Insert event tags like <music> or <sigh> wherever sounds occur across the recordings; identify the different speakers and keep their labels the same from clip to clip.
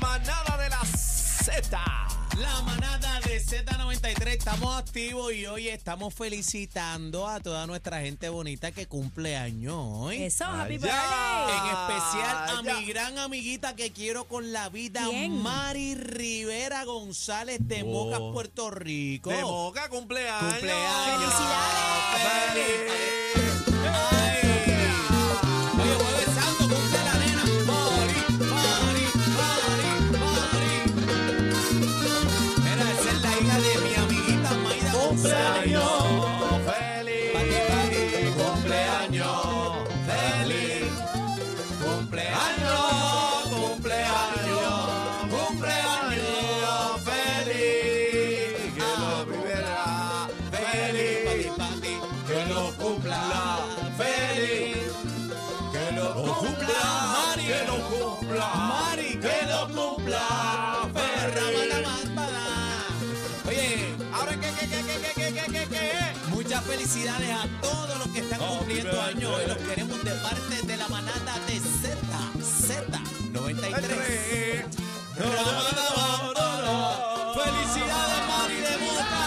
Speaker 1: manada de la Z.
Speaker 2: La manada de Z93, estamos activos y hoy estamos felicitando a toda nuestra gente bonita que cumple años hoy.
Speaker 3: Eso, happy
Speaker 1: Allá.
Speaker 3: birthday.
Speaker 2: En especial a
Speaker 1: Ah, ya.
Speaker 2: mi gran amiguita que quiero con la vida,
Speaker 3: ¿Quién?
Speaker 2: Mari Rivera González de
Speaker 1: Oh.
Speaker 2: Mocas, Puerto Rico.
Speaker 1: De Moca, cumpleaños.
Speaker 2: Cumpleaños.
Speaker 1: ¡Felicidades!
Speaker 2: Ay. Oye, Jueves Santo, cumple la nena. Mari, Mari, Mari, Mari. Mira, esa es la hija de mi amiguita Mayra González.
Speaker 1: ¡Cumpleaños! ¡Feliz! ¡Cumpleaños! ¡Feliz! ¡Cumpleaños! ¡Cumpleaños! ¡Cumpleaños! ¡Feliz! ¡Que lo vivirá! ¡Feliz! ¡Que lo cumpla! ¡Feliz! ¡Que lo cumpla!
Speaker 2: Mari.
Speaker 1: ¡Que lo cumpla!
Speaker 2: Mari.
Speaker 1: ¡Que lo cumpla!
Speaker 2: Ramana
Speaker 1: ¡Feliz!
Speaker 2: Bárbara. Oye,
Speaker 1: Ahora que, que, que, que, que, que, que, que, que.
Speaker 2: Muchas felicidades a todos los que están
Speaker 1: Oh,
Speaker 2: cumpliendo
Speaker 1: mira,
Speaker 2: años
Speaker 1: mira.
Speaker 2: y los queremos de parte de la manada de Z, Z93. ¡Felicidades, Mari de Boca!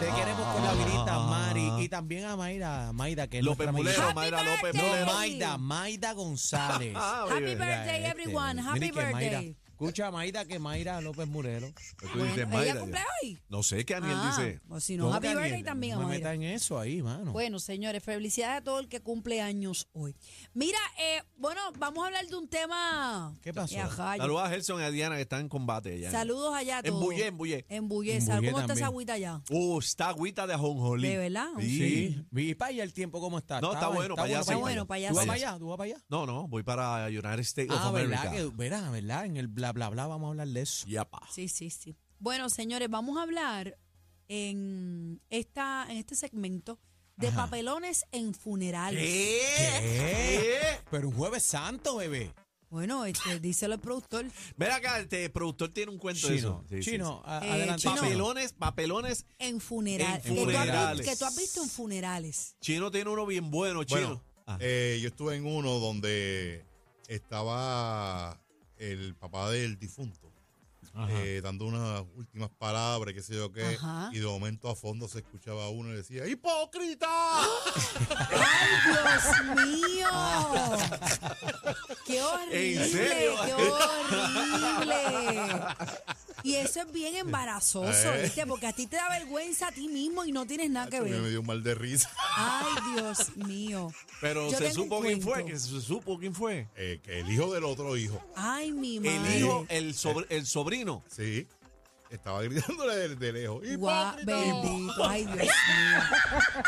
Speaker 2: Te
Speaker 1: Ah,
Speaker 2: queremos con la virita, Mari. Y también a Mayra, Mayra, que es
Speaker 1: López
Speaker 2: nuestra
Speaker 1: Mulero,
Speaker 2: amiguita.
Speaker 3: Happy
Speaker 1: ah. Mayra López
Speaker 3: birthday.
Speaker 2: No,
Speaker 1: Mulero.
Speaker 2: Mayra, Mayra
Speaker 1: <laughs>
Speaker 2: González. este,
Speaker 1: Ah,
Speaker 3: Happy
Speaker 1: baby.
Speaker 3: birthday. everyone. Happy
Speaker 2: Mira, mira que Mayra-
Speaker 3: birthday.
Speaker 2: Escucha, Mayra, que Mayra López Murero.
Speaker 1: Tú dices,
Speaker 3: Bueno,
Speaker 1: Mayra,
Speaker 3: ¿Ella cumple hoy?
Speaker 1: No sé qué Aniel
Speaker 3: Ah,
Speaker 1: dice.
Speaker 3: o si no,
Speaker 1: ¿Cómo
Speaker 3: happy
Speaker 1: que Aniel?
Speaker 3: birthday también a
Speaker 2: No me
Speaker 3: Mayra. Pues-
Speaker 2: metan en eso ahí, mano.
Speaker 3: Bueno, señores, felicidades a todo el que cumple años hoy. Mira, eh, bueno, vamos a hablar de un tema.
Speaker 2: ¿Qué pasó?
Speaker 3: Eh, ajá, yo-
Speaker 1: Saludos a Gerson y a Diana que están en combate allá.
Speaker 3: Saludos allá a
Speaker 1: En
Speaker 3: todos.
Speaker 1: Bullé, en Bullé.
Speaker 3: En Bullé.
Speaker 2: En
Speaker 3: ¿sabes
Speaker 2: Bullé
Speaker 3: ¿Cómo está
Speaker 2: también.
Speaker 3: esa agüita allá?
Speaker 1: Uh, está agüita de ajonjolí.
Speaker 3: ¿De verdad?
Speaker 1: Sí.
Speaker 2: Sí, vi para allá el tiempo cómo está.
Speaker 1: No, está bueno, para allá
Speaker 3: sí. Está bueno,
Speaker 2: ¿Tú vas
Speaker 3: para
Speaker 2: para
Speaker 3: allá
Speaker 2: allá? ¿Tú vas para allá?
Speaker 1: No, no, voy para United States
Speaker 2: Ah,
Speaker 1: of
Speaker 2: ¿verdad?
Speaker 1: America.
Speaker 2: Que, verá, ¿verdad? En el bla, bla, bla vamos a hablar de eso.
Speaker 1: Yapa.
Speaker 3: Sí, sí, sí. Bueno, señores, vamos a hablar en, esta, en este segmento de
Speaker 2: Ajá.
Speaker 3: papelones en funerales.
Speaker 2: ¿Qué? Pero un jueves santo, bebé.
Speaker 3: Bueno, este, díselo el productor.
Speaker 1: Mira acá, este productor tiene un cuento de eso.
Speaker 2: Chino,
Speaker 1: Sí, sí,
Speaker 2: chino, a-
Speaker 3: Eh,
Speaker 2: adelante.
Speaker 1: sí.
Speaker 3: Chino.
Speaker 1: Papelones, papelones.
Speaker 3: En funeral.
Speaker 1: En
Speaker 3: que tú has vi-
Speaker 1: funerales.
Speaker 3: Que tú has visto en funerales.
Speaker 1: Chino tiene uno bien bueno, chino.
Speaker 4: Bueno,
Speaker 1: Ah,
Speaker 4: eh, yo estuve en uno donde estaba el papá del difunto eh, dando unas últimas palabras, qué sé yo qué,
Speaker 3: Ajá.
Speaker 4: y de momento a fondo se escuchaba uno y decía, ¡Hipócrita!
Speaker 3: ¡Dios mío! ¡Qué horrible!
Speaker 1: ¿En serio?
Speaker 3: ¡Qué horrible! Y eso es bien embarazoso,
Speaker 4: Eh.
Speaker 3: ¿viste? Porque a ti te da vergüenza a ti mismo y no tienes nada que
Speaker 4: Eso me
Speaker 3: ver.
Speaker 4: dio un mal de risa.
Speaker 3: ¡Ay, Dios mío!
Speaker 1: Pero
Speaker 3: Yo
Speaker 1: se
Speaker 3: tengo un
Speaker 1: supo quién fue,
Speaker 3: cuento.
Speaker 1: que se supo quién fue.
Speaker 4: Eh, que el hijo del otro hijo,
Speaker 3: ¡Ay, mi madre!
Speaker 1: El hijo, el, sobre- el sobrino.
Speaker 4: sí, estaba <laughs> gritándole de, de lejos,
Speaker 3: Guau,
Speaker 4: ¡Hipócrita!
Speaker 3: bendito. Ay, Dios mío.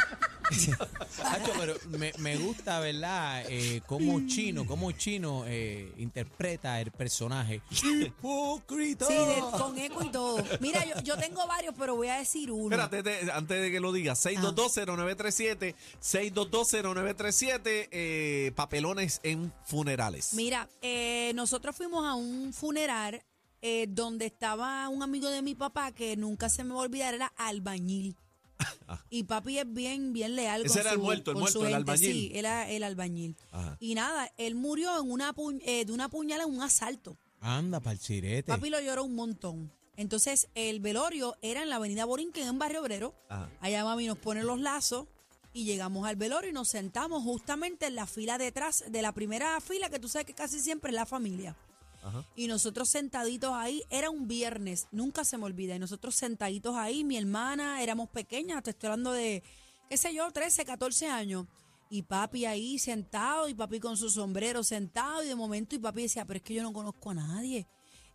Speaker 2: Nacho, pero me, me gusta, ¿verdad? Eh, cómo Chino, cómo Chino eh, interpreta el personaje. ¡Hipócrita!
Speaker 3: Sí, de- con eco y todo. Mira, yo, yo tengo varios, pero voy a decir uno.
Speaker 1: Espérate, te- antes de que lo diga, 6220937, 6220937, eh, papelones en funerales.
Speaker 3: Mira, eh, nosotros fuimos a un funeral eh, donde estaba un amigo de mi papá que nunca se me va a olvidar, era albañil.
Speaker 1: <laughs>
Speaker 3: Y papi es bien, bien leal.
Speaker 1: Ese
Speaker 3: con
Speaker 1: era el
Speaker 3: su-
Speaker 1: muerto, el
Speaker 3: con
Speaker 1: muerto,
Speaker 3: su
Speaker 1: el
Speaker 3: gente.
Speaker 1: albañil.
Speaker 3: Sí, era el albañil.
Speaker 1: Ajá.
Speaker 3: Y nada, él murió en una pu- eh, de una puñalada en un asalto.
Speaker 2: Anda, pa'l chirete.
Speaker 3: Papi lo lloró un montón. Entonces, el velorio era en la avenida Borinquen, en Barrio Obrero.
Speaker 1: Ajá.
Speaker 3: Allá mami nos pone los lazos y llegamos al velorio y nos sentamos justamente en la fila detrás de la primera fila que tú sabes que casi siempre es la familia. Y nosotros sentaditos ahí, era un viernes, nunca se me olvida. Y nosotros sentaditos ahí, mi hermana, éramos pequeñas, te estoy hablando de, qué sé yo, 13, 14 años. Y papi ahí sentado, y papi con su sombrero sentado, y de momento, y papi decía, pero es que yo no conozco a nadie.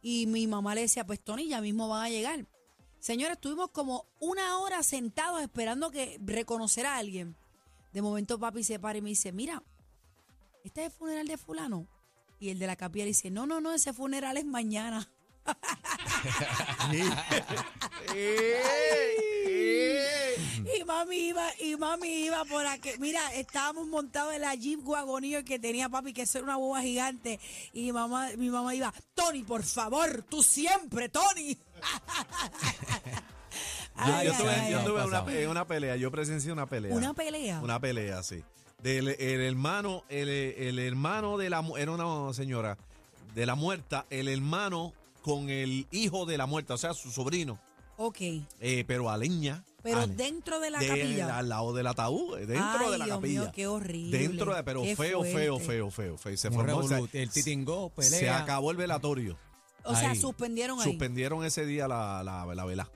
Speaker 3: Y mi mamá le decía, pues Tony, ya mismo van a llegar. Señores, estuvimos como una hora sentados esperando que reconocer a alguien. De momento papi se para y me dice, mira, ¿este es el funeral de fulano? Y el de la capilla dice, no, no, no, ese funeral es mañana.
Speaker 1: Eh,
Speaker 3: <laughs> Y mami iba, y mami iba por aquí. Mira, estábamos montados en la Jeep Guagonillo que tenía papi, que eso era una boba gigante. Y mi mamá, mi mamá iba, Tony, por favor, tú siempre, Tony. <laughs>
Speaker 1: eh.
Speaker 3: Ay,
Speaker 1: yo
Speaker 3: ay,
Speaker 1: tuve,
Speaker 3: ay.
Speaker 1: yo tuve una,
Speaker 5: Pasado.
Speaker 1: pe- una pelea, yo presencié una pelea.
Speaker 3: Una pelea.
Speaker 1: Una pelea, sí. Del el hermano, el, el hermano de la mu- era una señora de la muerta, el hermano con el hijo de la muerta, o sea, su sobrino,
Speaker 3: Ok,
Speaker 1: eh, pero a leña.
Speaker 3: pero
Speaker 2: Ah,
Speaker 1: a-
Speaker 3: dentro de la
Speaker 1: de-
Speaker 3: capilla.
Speaker 1: al lado del ataúd, eh, dentro
Speaker 3: Ay,
Speaker 1: de la
Speaker 3: Dios
Speaker 1: capilla.
Speaker 3: mío, qué horrible.
Speaker 1: Dentro de, pero
Speaker 3: Qué
Speaker 1: feo, feo,
Speaker 3: fuerte.
Speaker 1: feo, feo, feo. Y Se
Speaker 2: Un
Speaker 1: formó,
Speaker 2: revolú,
Speaker 1: se-
Speaker 2: el titingó, pelea.
Speaker 1: Se acabó el velatorio.
Speaker 3: o sea,
Speaker 2: ahí.
Speaker 3: suspendieron ahí.
Speaker 1: Suspendieron ese día la, la, la vela.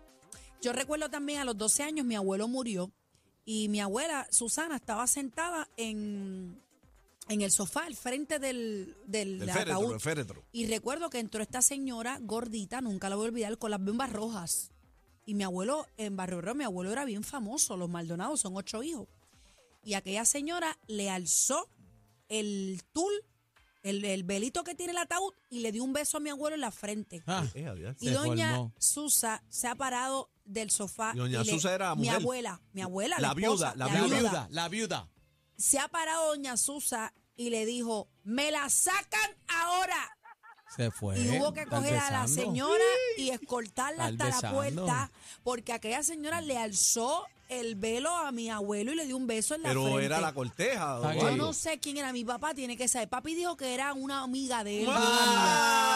Speaker 3: Yo recuerdo también a los 12 años mi abuelo murió y mi abuela Susana estaba sentada en, en el sofá al frente del, del,
Speaker 1: El
Speaker 3: del
Speaker 1: féretro,
Speaker 3: ataúd.
Speaker 1: el féretro.
Speaker 3: Y recuerdo que entró esta señora gordita, nunca la voy a olvidar, con las bombas rojas. Y mi abuelo en Barrio Obrero, mi abuelo era bien famoso, los Maldonados son ocho hijos. Y aquella señora le alzó el tul, el, el velito que tiene el ataúd, y le dio un beso a mi abuelo en la frente.
Speaker 2: Ah,
Speaker 1: Eh, adiós.
Speaker 3: Y
Speaker 2: Se
Speaker 3: doña
Speaker 2: formó.
Speaker 3: Susa se ha parado del sofá.
Speaker 1: Y doña
Speaker 3: le-
Speaker 1: Susa era
Speaker 3: mi
Speaker 1: mujer.
Speaker 3: abuela, mi abuela,
Speaker 1: La
Speaker 3: esposa,
Speaker 1: viuda, la
Speaker 2: la
Speaker 1: viuda.
Speaker 2: viuda, la viuda.
Speaker 3: Se ha parado doña Susa y le dijo, me la sacan ahora.
Speaker 2: Se fue.
Speaker 3: Y hubo que
Speaker 2: Están
Speaker 3: coger a la
Speaker 2: Pues, besando.
Speaker 3: señora y escoltarla hasta
Speaker 2: Están
Speaker 3: la
Speaker 2: besando.
Speaker 3: puerta porque aquella señora le alzó el velo a mi abuelo y le dio un beso en la
Speaker 1: Pero
Speaker 3: frente.
Speaker 1: era la corteja. o
Speaker 2: Ay.
Speaker 3: Yo
Speaker 1: algo.
Speaker 3: no sé quién era, mi papá tiene que saber. Papi dijo que era una amiga de él.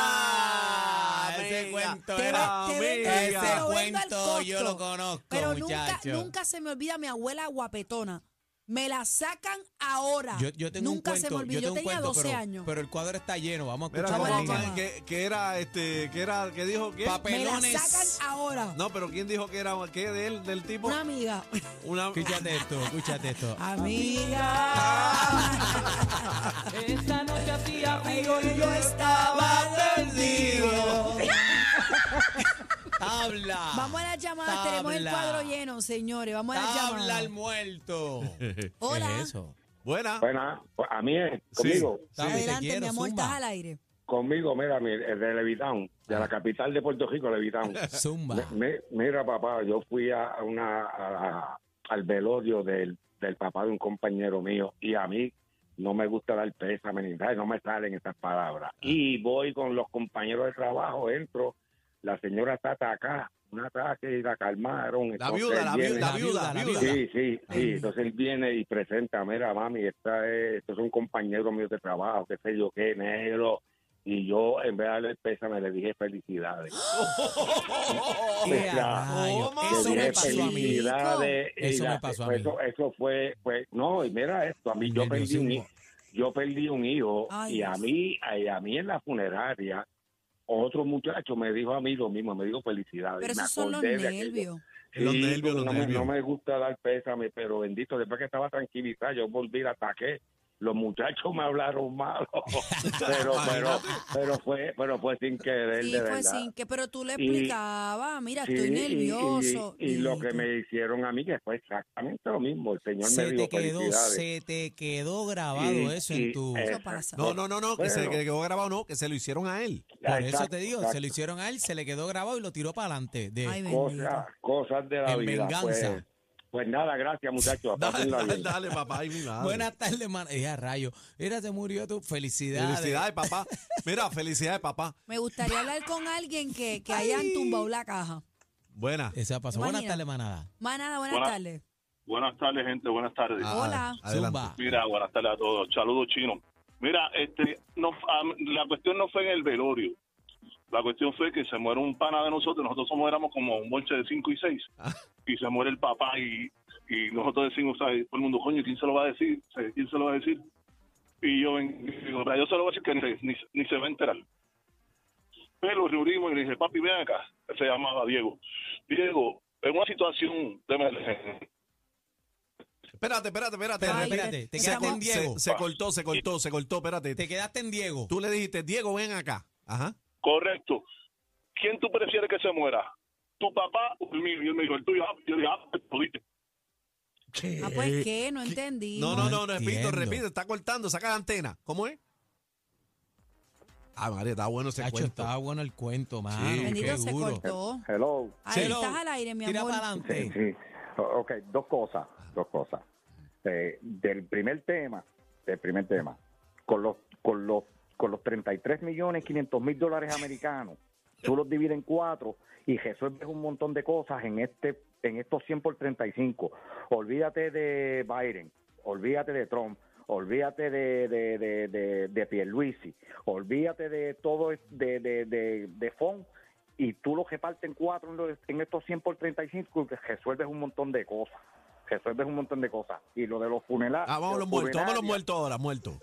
Speaker 2: Ah,
Speaker 1: Amiga,
Speaker 2: ese cuento
Speaker 3: Te
Speaker 2: era.
Speaker 3: ve- te ve- te
Speaker 2: amiga.
Speaker 3: ve- te lo
Speaker 2: Ese
Speaker 3: vendo al
Speaker 2: cuento yo
Speaker 3: costo.
Speaker 2: lo conozco,
Speaker 3: Pero
Speaker 2: muchacho.
Speaker 3: nunca, nunca se me olvida mi abuela guapetona. Me la sacan ahora.
Speaker 2: Yo, yo tengo
Speaker 3: nunca
Speaker 2: un cuento,
Speaker 3: se me olvidó.
Speaker 2: tengo
Speaker 3: Yo,
Speaker 2: un
Speaker 3: tenía
Speaker 2: cuento,
Speaker 3: 12
Speaker 2: pero,
Speaker 3: años.
Speaker 2: Pero el cuadro está lleno, vamos a
Speaker 1: Mira,
Speaker 2: escuchar.
Speaker 3: Vamos a
Speaker 1: ¿cómo
Speaker 3: la
Speaker 1: fue?
Speaker 3: llamada.
Speaker 1: que, que era este, que era, que dijo quién?
Speaker 3: me la
Speaker 2: Papelones.
Speaker 3: sacan ahora.
Speaker 1: No, pero quién dijo que era, que de él, del tipo.
Speaker 3: Una amiga.
Speaker 1: Una-
Speaker 2: Escúchate esto, escúchate esto.
Speaker 3: <laughs> Amiga.
Speaker 6: Esta noche a ti, amigo, y yo
Speaker 3: estaba <laughs>
Speaker 2: Habla.
Speaker 3: Vamos a las llamadas. Tenemos el
Speaker 2: Tabla.
Speaker 3: cuadro lleno, señores. Vamos a las
Speaker 2: Habla al
Speaker 3: llamadas.
Speaker 2: muerto.
Speaker 3: Hola.
Speaker 2: ¿Qué es eso?
Speaker 1: <laughs> Buena.
Speaker 7: Buena, pues a mí es,
Speaker 1: Sí.
Speaker 7: conmigo,
Speaker 2: Dame, te
Speaker 3: Adelante,
Speaker 2: quiero,
Speaker 3: mi amor,
Speaker 2: zumba.
Speaker 3: estás al aire.
Speaker 7: conmigo, mira, mi- el de Levitown, de la
Speaker 1: Ah.
Speaker 7: capital de Puerto
Speaker 1: <laughs>
Speaker 7: Rico, Levitown.
Speaker 2: Zumba.
Speaker 7: Mi- mi- mira, papá, yo fui a a una, a- a- al velorio del, del papá de un compañero mío y a mí no me gusta dar pésame ni nada, no me salen esas palabras.
Speaker 1: Ah.
Speaker 7: Y voy con los compañeros de trabajo, entro, la señora está atacada, un ataque y la calmaron.
Speaker 1: La
Speaker 7: entonces
Speaker 1: viuda,
Speaker 7: él
Speaker 1: la
Speaker 7: viene-
Speaker 1: viuda, la viuda, la
Speaker 2: La
Speaker 1: viuda.
Speaker 2: viuda.
Speaker 7: Sí, sí, sí. Entonces él viene y presenta, mira, mami, esta es, estos son compañeros míos de trabajo, qué sé yo, qué negro. Y yo, en vez de darle el pésame, le dije felicidades.
Speaker 2: ¡Ea,
Speaker 1: Oh,
Speaker 2: rayos!
Speaker 1: my
Speaker 2: Ah, Eso
Speaker 7: Le
Speaker 2: me
Speaker 7: dije
Speaker 2: pasó a mí.
Speaker 7: felicidades. y
Speaker 2: Eso me
Speaker 7: la-
Speaker 2: pasó a
Speaker 7: pues,
Speaker 2: mí.
Speaker 7: Eso, eso fue, pues, no, y mira esto, a mí yo perdí un hijo.
Speaker 2: Nerviosismo.
Speaker 7: Yo perdí un hijo
Speaker 3: Ay,
Speaker 7: y a
Speaker 3: Dios.
Speaker 7: mí, a, a mí en la funeraria, otro muchacho me dijo a mí lo mismo, me dijo felicidades.
Speaker 3: Pero
Speaker 7: Me
Speaker 3: esos son los
Speaker 7: acordé de aquello.
Speaker 3: nervios.
Speaker 1: Los
Speaker 7: Sí,
Speaker 1: nervios, los
Speaker 7: no, me,
Speaker 1: nervios.
Speaker 7: no me gusta dar pésame, pero bendito, después que estaba tranquilizada, yo volví a ataque. Los muchachos me
Speaker 1: <laughs>
Speaker 7: hablaron malo, pero, pero, pero fue, pero fue sin querer,
Speaker 3: Sí,
Speaker 7: de
Speaker 3: fue
Speaker 7: verdad.
Speaker 3: sin que, pero tú le
Speaker 7: Y-
Speaker 3: explicabas, mira,
Speaker 7: Sí,
Speaker 3: estoy
Speaker 7: y- y-
Speaker 3: nervioso.
Speaker 7: Y, lo
Speaker 3: Dito.
Speaker 7: que me hicieron a mí, que fue exactamente lo mismo. El señor
Speaker 2: Se
Speaker 7: me
Speaker 2: te
Speaker 7: dijo
Speaker 2: quedó,
Speaker 7: felicidades.
Speaker 2: se te quedó grabado
Speaker 7: Y-
Speaker 2: eso
Speaker 7: y-
Speaker 2: en tu...
Speaker 7: eh,
Speaker 3: Eso pasa.
Speaker 1: No, no, no, no, que se
Speaker 7: Bueno.
Speaker 1: que quedó grabado, no, que se lo hicieron a
Speaker 7: <laughs>
Speaker 1: él.
Speaker 2: Por eso
Speaker 7: Exacto,
Speaker 2: te digo,
Speaker 7: exacto.
Speaker 2: se lo hicieron a él, se le quedó grabado y lo tiró para adelante. De...
Speaker 3: Ay, bendito.
Speaker 7: Cosas, cosas de la
Speaker 2: En
Speaker 7: vida.
Speaker 2: venganza.
Speaker 7: Pues, pues nada, gracias muchachos.
Speaker 1: <laughs> Dale,
Speaker 7: Pásenla
Speaker 1: dale,
Speaker 7: bien.
Speaker 1: dale, papá, ay, mi madre.
Speaker 2: <laughs> Buenas tardes, hermano. Ella rayo. Mira, se murió tu felicidad.
Speaker 1: Felicidades, papá. Mira, felicidades, papá.
Speaker 3: Me gustaría hablar con alguien que, que hayan tumbado la caja.
Speaker 1: Buena.
Speaker 2: Esa pasó.
Speaker 3: Imagina.
Speaker 2: Buenas tardes, manada.
Speaker 3: Manada, buenas
Speaker 8: Hola.
Speaker 3: tardes.
Speaker 8: Buenas tardes, gente. Buenas tardes.
Speaker 1: Ah,
Speaker 3: Hola.
Speaker 1: adelante.
Speaker 2: Zumba.
Speaker 8: Mira, buenas tardes a todos. Saludos, chino. Mira, este, no, a mí- la cuestión no fue en el velorio. La cuestión fue que se muere un pana de nosotros. Nosotros somos, éramos como un bolche de 5 y 6. Y se muere el papá y, y nosotros decimos, ¿sabes? todo el mundo, coño, ¿quién se lo va a decir? ¿Sabes? ¿Quién se lo va a decir? Y yo, en- digo, "Mira, yo se lo voy a decir que ni, se- ni, se- ni se va a enterar. Pero nos reunimos y le dije, papi, ven acá. Él se llamaba Diego. Diego, en una situación de emergencia,
Speaker 1: Espérate, espérate, espérate.
Speaker 2: Espérate,
Speaker 1: Ay,
Speaker 2: espérate, te
Speaker 1: se
Speaker 2: quedaste
Speaker 1: cor-
Speaker 2: en Diego.
Speaker 1: Se, se cortó, se cortó, se cortó, espérate.
Speaker 2: Te quedaste en Diego.
Speaker 1: Tú le dijiste, Diego, ven acá. Ajá.
Speaker 8: correcto, ¿quién tú prefieres que se muera? ¿Tu papá o el mío? Y él me dijo, el tuyo. Ah, Yo le dije, ah, tú dices.
Speaker 3: Ah, pues qué, no entendí.
Speaker 1: Eh, No, no, no,
Speaker 2: no
Speaker 1: repito,
Speaker 2: entiendo.
Speaker 1: repito, está cortando, saca la antena. ¿cómo es? Ah, María, está bueno ese
Speaker 2: Tacho,
Speaker 1: cuento.
Speaker 2: estaba bueno el cuento, mano.
Speaker 1: Sí,
Speaker 2: qué
Speaker 3: Bendito se
Speaker 2: duro.
Speaker 3: cortó.
Speaker 7: Hello.
Speaker 3: Ahí
Speaker 2: Hello.
Speaker 3: estás al aire, mi
Speaker 2: Tira
Speaker 3: amor.
Speaker 2: para adelante.
Speaker 7: Sí. O- Ok, dos cosas, dos cosas. Eh, del primer tema, del primer tema, con los, con los, con los 33 millones 500 mil dólares americanos, tú los divides en cuatro y resuelves un montón de cosas en este, en estos 100 por 35. Olvídate de Biden, olvídate de Trump, olvídate de, de, de, de, de Pierluisi, olvídate de todo, es- de, de, de, de Fon, y tú lo repartes en cuatro en, los- en estos 100 por 35 y resuelves un montón de cosas. Resuelves un montón de cosas. Y lo de los funerales.
Speaker 1: Ah, vamos a los muertos, vamos a los muertos ahora, muertos.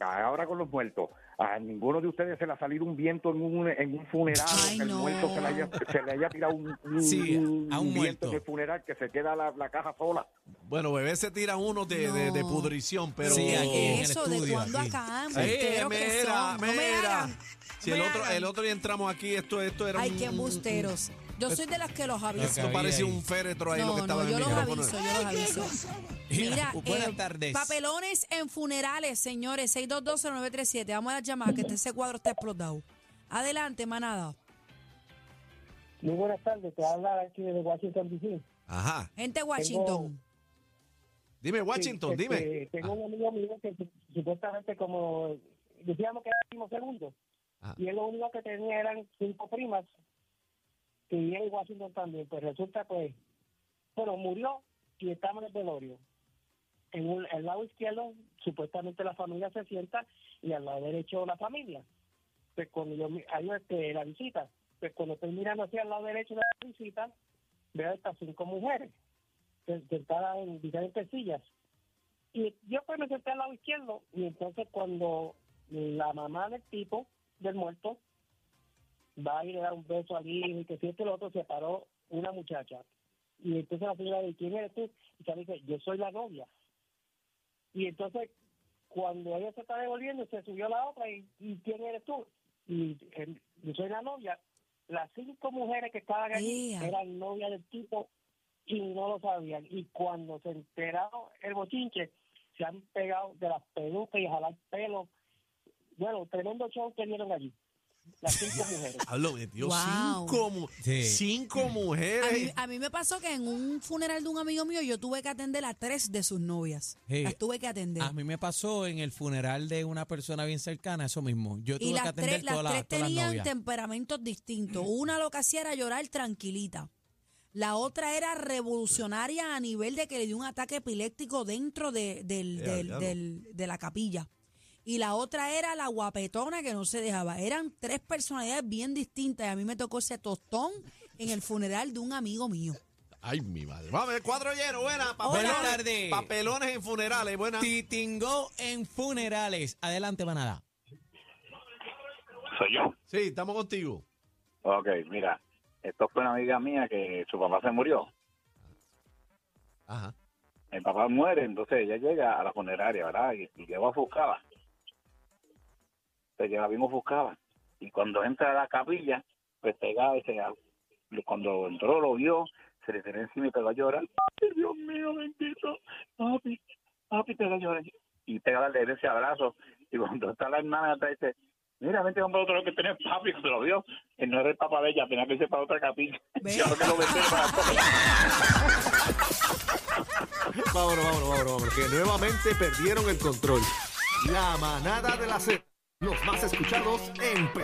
Speaker 7: Ahora con los muertos. A ninguno de ustedes se le ha salido un viento en un, en un funeral.
Speaker 3: Ay,
Speaker 7: que el
Speaker 3: no.
Speaker 7: muerto se le haya, se le haya tirado un, un-
Speaker 2: Sí, a un
Speaker 7: viento
Speaker 2: muerto.
Speaker 7: en el funeral que se queda la, la caja sola.
Speaker 1: Bueno, bebé se tira uno de, de- de
Speaker 3: No.
Speaker 1: pudrición, pero.
Speaker 2: Sí, aquí en el
Speaker 3: Eso, ¿de
Speaker 2: estudio,
Speaker 3: cuándo
Speaker 2: aquí.
Speaker 3: acá?
Speaker 1: Sí,
Speaker 3: Embusteros que
Speaker 1: mira,
Speaker 3: son. No me
Speaker 1: mira.
Speaker 3: hagan.
Speaker 1: Si
Speaker 3: no
Speaker 1: el
Speaker 3: me
Speaker 1: otro,
Speaker 3: hagan.
Speaker 1: el otro día entramos aquí, esto, esto era
Speaker 3: Ay,
Speaker 1: un-
Speaker 3: qué embusteros. Yo soy de las que los aviso.
Speaker 2: que
Speaker 1: Esto
Speaker 2: había
Speaker 1: parecía
Speaker 2: ahí.
Speaker 1: un féretro ahí lo
Speaker 3: No,
Speaker 1: que estaba
Speaker 3: no,
Speaker 1: en
Speaker 3: yo
Speaker 1: el
Speaker 3: los
Speaker 1: micrófono.
Speaker 3: aviso, yo los aviso. Mira,
Speaker 2: <laughs> Buenas
Speaker 3: eh,
Speaker 2: tardes.
Speaker 3: papelones en funerales, señores, 6220937. Vamos a las llamadas, que este- ese cuadro está explotado. Adelante, manada.
Speaker 5: Muy buenas tardes, te habla aquí de Washington DC.
Speaker 1: Ajá.
Speaker 3: Gente de Washington.
Speaker 1: Dime, Washington,
Speaker 5: Este,
Speaker 1: dime.
Speaker 5: Tengo un amigo mío que su- supuestamente como decíamos que éramos segundos
Speaker 1: Ajá.
Speaker 5: y él lo único que tenía eran cinco primas que vivían en Washington también. Pues resulta que, bueno, murió y estamos en el velorio. En un- el lado izquierdo supuestamente la familia se sienta y al lado derecho la familia. Pues cuando yo mi- hay este, la visita, pues cuando estoy mirando hacia el lado derecho de la visita, veo estas cinco mujeres se- sentadas en diferentes sillas. Y yo pues me senté al lado izquierdo y entonces cuando la mamá del tipo, del muerto, va y le da un beso al hijo y que si este el otro se paró una muchacha. Y entonces la señora dice, ¿quién eres tú? Y ella dice, yo soy la novia. Y entonces cuando ella se está devolviendo, se subió la otra y, ¿y quién eres tú? Y él, yo soy la novia. Las cinco mujeres que estaban allí
Speaker 3: Ea.
Speaker 5: eran novias del tipo y no lo sabían. Y cuando se enteraron el bochinche, se han pegado de las pelucas y jalar pelo. Bueno, tremendo show que dieron allí. Las
Speaker 9: <laughs>
Speaker 5: cinco mujeres.
Speaker 1: Ah, Hablo, metió
Speaker 3: Wow.
Speaker 1: cinco, mu-
Speaker 2: Sí.
Speaker 1: cinco
Speaker 3: A mí,
Speaker 1: mujeres.
Speaker 3: a mí me pasó que en un funeral de un amigo mío yo tuve que atender a tres de sus novias.
Speaker 2: Sí.
Speaker 3: Las tuve que atender.
Speaker 2: A mí me pasó en el funeral de una persona bien cercana, eso mismo. Yo
Speaker 3: Y
Speaker 2: tuve que
Speaker 3: las
Speaker 2: atender
Speaker 3: tres, las
Speaker 2: todas,
Speaker 3: tres
Speaker 2: las, todas las
Speaker 3: tenían
Speaker 2: novias.
Speaker 3: temperamentos distintos. Una lo que hacía era llorar tranquilita. La otra era revolucionaria a nivel de que le dio un ataque epiléptico dentro de, del-
Speaker 1: Eh,
Speaker 3: del-
Speaker 1: diablo.
Speaker 3: del- de la capilla. Y la otra era la guapetona que no se dejaba. Eran tres personalidades bien distintas. Y a mí me tocó ese tostón en el funeral de un amigo mío.
Speaker 1: Ay, mi madre. Vamos, el cuadro lleno, buena. Papelones,
Speaker 2: Buenas tardes.
Speaker 1: papelones en funerales, buena.
Speaker 2: Titingó en funerales. Adelante, manada.
Speaker 9: Soy yo.
Speaker 1: Sí, estamos contigo.
Speaker 9: Ok, mira, esto fue una amiga mía que su papá se murió.
Speaker 1: Ajá.
Speaker 9: El papá muere, entonces ella llega a la funeraria, ¿verdad? Y, y lleva ofuscada. Se lleva bien ofuscada. Y cuando entra a la capilla, pues pega y se, cuando entró lo vio, se le tiró encima y pegó a llorar. Ay, Dios mío, bendito. Papi, papi, pegó a llorar. Y pega a darle ese abrazo. Y cuando está la hermana atrás, dice, mira, vente con otro que tenés papi. Cuando lo vio, él no era el papá de ella, tenía que irse para otra capilla. <laughs>
Speaker 3: Ve.
Speaker 9: Yo creo que lo vendí para
Speaker 1: Vámonos, vámonos, vámonos, vámonos, que nuevamente perdieron el control. La manada de la Z, los más escuchados en Perú.